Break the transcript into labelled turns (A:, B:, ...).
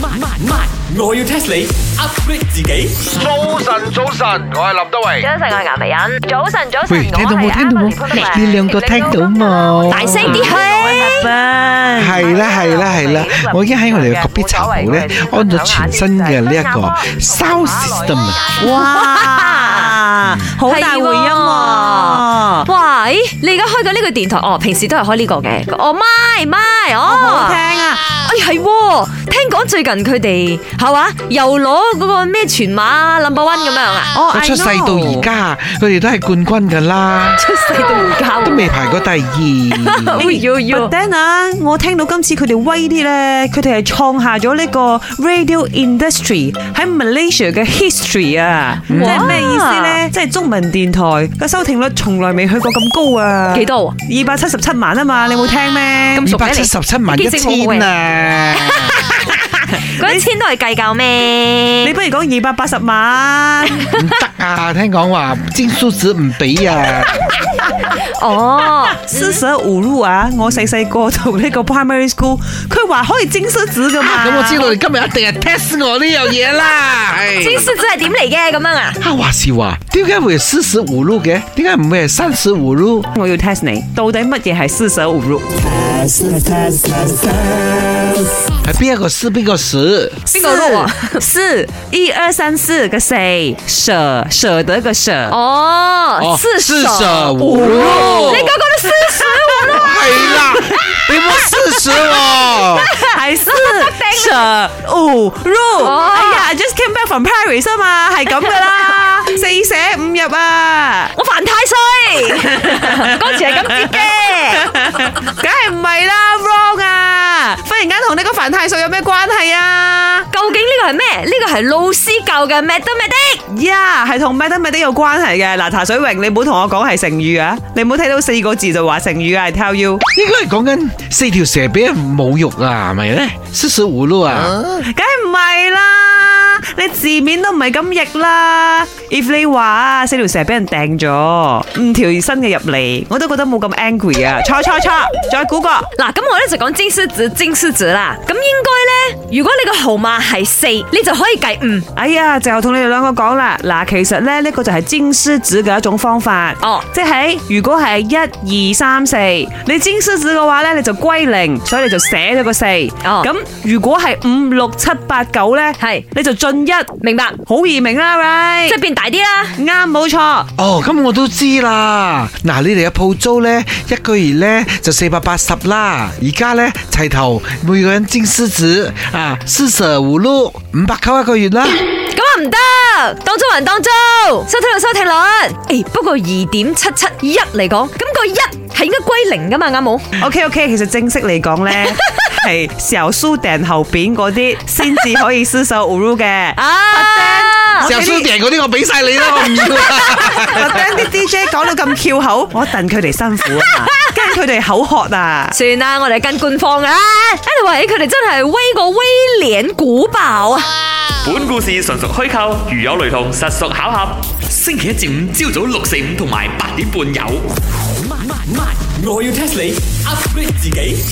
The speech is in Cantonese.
A: 慢慢慢，我要 test 你 upgrade 自己。
B: 早晨，早晨，我系林德
C: 早晨，我係
B: 榮。
C: 顏美欣。早晨，早晨，
D: 喂
C: 我
D: 聽到冇
C: 係
D: 聽到冇
C: Emily 潘碧玲
D: 你兩個聽到冇
C: 大聲
E: 嗯
C: 啲去。
D: 係啦係啦
C: 嗯
D: 係啦，我已經喺我哋嘅 copy 茶壺咧安咗全新嘅呢一個 sound system 啊！
E: 哇，好大回音啊！
C: 哇！咦，你而家開緊呢個電台哦，平時都係開呢個嘅。哦，咪咪
E: 好聽啊！
C: 哦，哎係喎，聽講最近佢哋係嘛，又攞嗰個咩全馬 number one 咁樣啊，
E: 哦
D: 我出世到而，家，佢哋都係冠軍㗎啦，
C: 出世 都冇交，
D: 都未排過第二。
C: 哎呦呦
E: But then 啊，我聽到今次佢哋威啲咧，佢哋係創下咗呢個 radio industry 喺 Malaysia 嘅 history 啊！即係咩意思咧？即係中文電台嘅收聽率從來未去過咁高啊！
C: 幾？多啊？
E: 二百七十七萬啊嘛，你冇聽咩？
C: 咁
D: 二
C: 熟
D: 百
C: 咩
D: 七
C: 你
D: 十七萬一
C: 記性好好
D: 千啊！
C: 嗰一千都係計較咩？
E: 你不如講二百八十 萬。
D: 唔得啊！聽講話尖梳子唔俾 啊！
C: 哦。
E: 施舍葫蘆啊！我細細個讀呢個 primary school，佢話可以蒸獅子噶嘛。
D: 咁我知道你今日一定係 test 我呢樣嘢 啦。唉
C: 芝士子係點嚟嘅咁樣啊？
D: 啊話是話，點解會係四十五路嘅？點解唔會係三十五路？
E: 我要 test 你，到底乜嘢係施舍葫蘆？
D: 係邊一個四邊個十？
C: 邊個蘆啊？
E: 四一二三四個四，舍舍得個舍。
C: 哦，四
D: 四
C: 手
D: 捨五入
C: 你 嗰個都四捨五入，
D: 係啦，你冇四十喎。
E: 係四舍五入。
C: 哦
E: 哎呀，I just came back from Paris 啊嘛，係咁噶 啦，四捨五入啊，
C: 我犯太歲，嗰時係咁接嘅。
E: 梗係唔係啦，wrong 啊！忽然間同你個犯太歲有咩關係啊？
C: 究竟呢個係咩？呢個係老師教嘅 m a t h e m a t i c
E: 呀，係同 Madam 咪都有關係嘅。嗱，茶水榮，你唔好同我講係成語啊，你唔好睇到四個字就話成語啊，I tell you，
D: 應該係講緊四條蛇俾人侮辱啊，係咪咧？四捨五入啊，
E: 梗係唔係啦，你字面都唔係咁譯啦。If 你話四條蛇俾人掟咗，五條新嘅入嚟，我都覺得冇咁 angry 啊。錯錯錯，再估個。
C: 嗱，咁我咧就講精獅子、精獅子啦。咁應該咧，如果你個號碼係四，你就可以計五。
E: 哎呀，就同你哋兩個講啦。嗱，其實咧呢個就係蒸獅子嘅一種方法。
C: 哦
E: 即係如果係一二三四，你蒸獅子嘅話咧，你就歸零，所以你就寫咗個四。
C: 哦
E: 咁如果係五六七八九咧，
C: 係
E: 你就進一，
C: 明白？
E: 好易明啦，right？
C: 即係變大啲啦。
E: 啱冇錯。
D: 哦，咁我都知啦。嗱，你哋嘅鋪租咧，一個月咧就四百八十啦。而家咧齊頭每個人蒸獅子啊，四捨五入五百扣一個月啦。
C: 咁啊唔得，當租還當租，收聽率收聽率。誒、不過二點七七一嚟講，咁、個一係應該歸零噶嘛，啱冇？
E: OK OK，其實正式嚟講咧，係小蘇訂後邊嗰啲先至可以施手 uru 嘅。
C: 啊！
D: 小蘇訂嗰啲我俾晒你啦，我唔要啊啦。
E: 我聽啲 DJ 講到咁翹口，我戥佢哋辛苦啊嘛，跟佢哋口渴啊。
C: 算啦，我哋跟官方噶啦。Anyway，佢哋真係威過威廉古堡啊！
F: 本故事純屬虛構，如有雷同，實屬巧合。星期一至五朝早六四五同埋八點半有。
A: 慢慢慢，我要 test 你 upgrade 自己。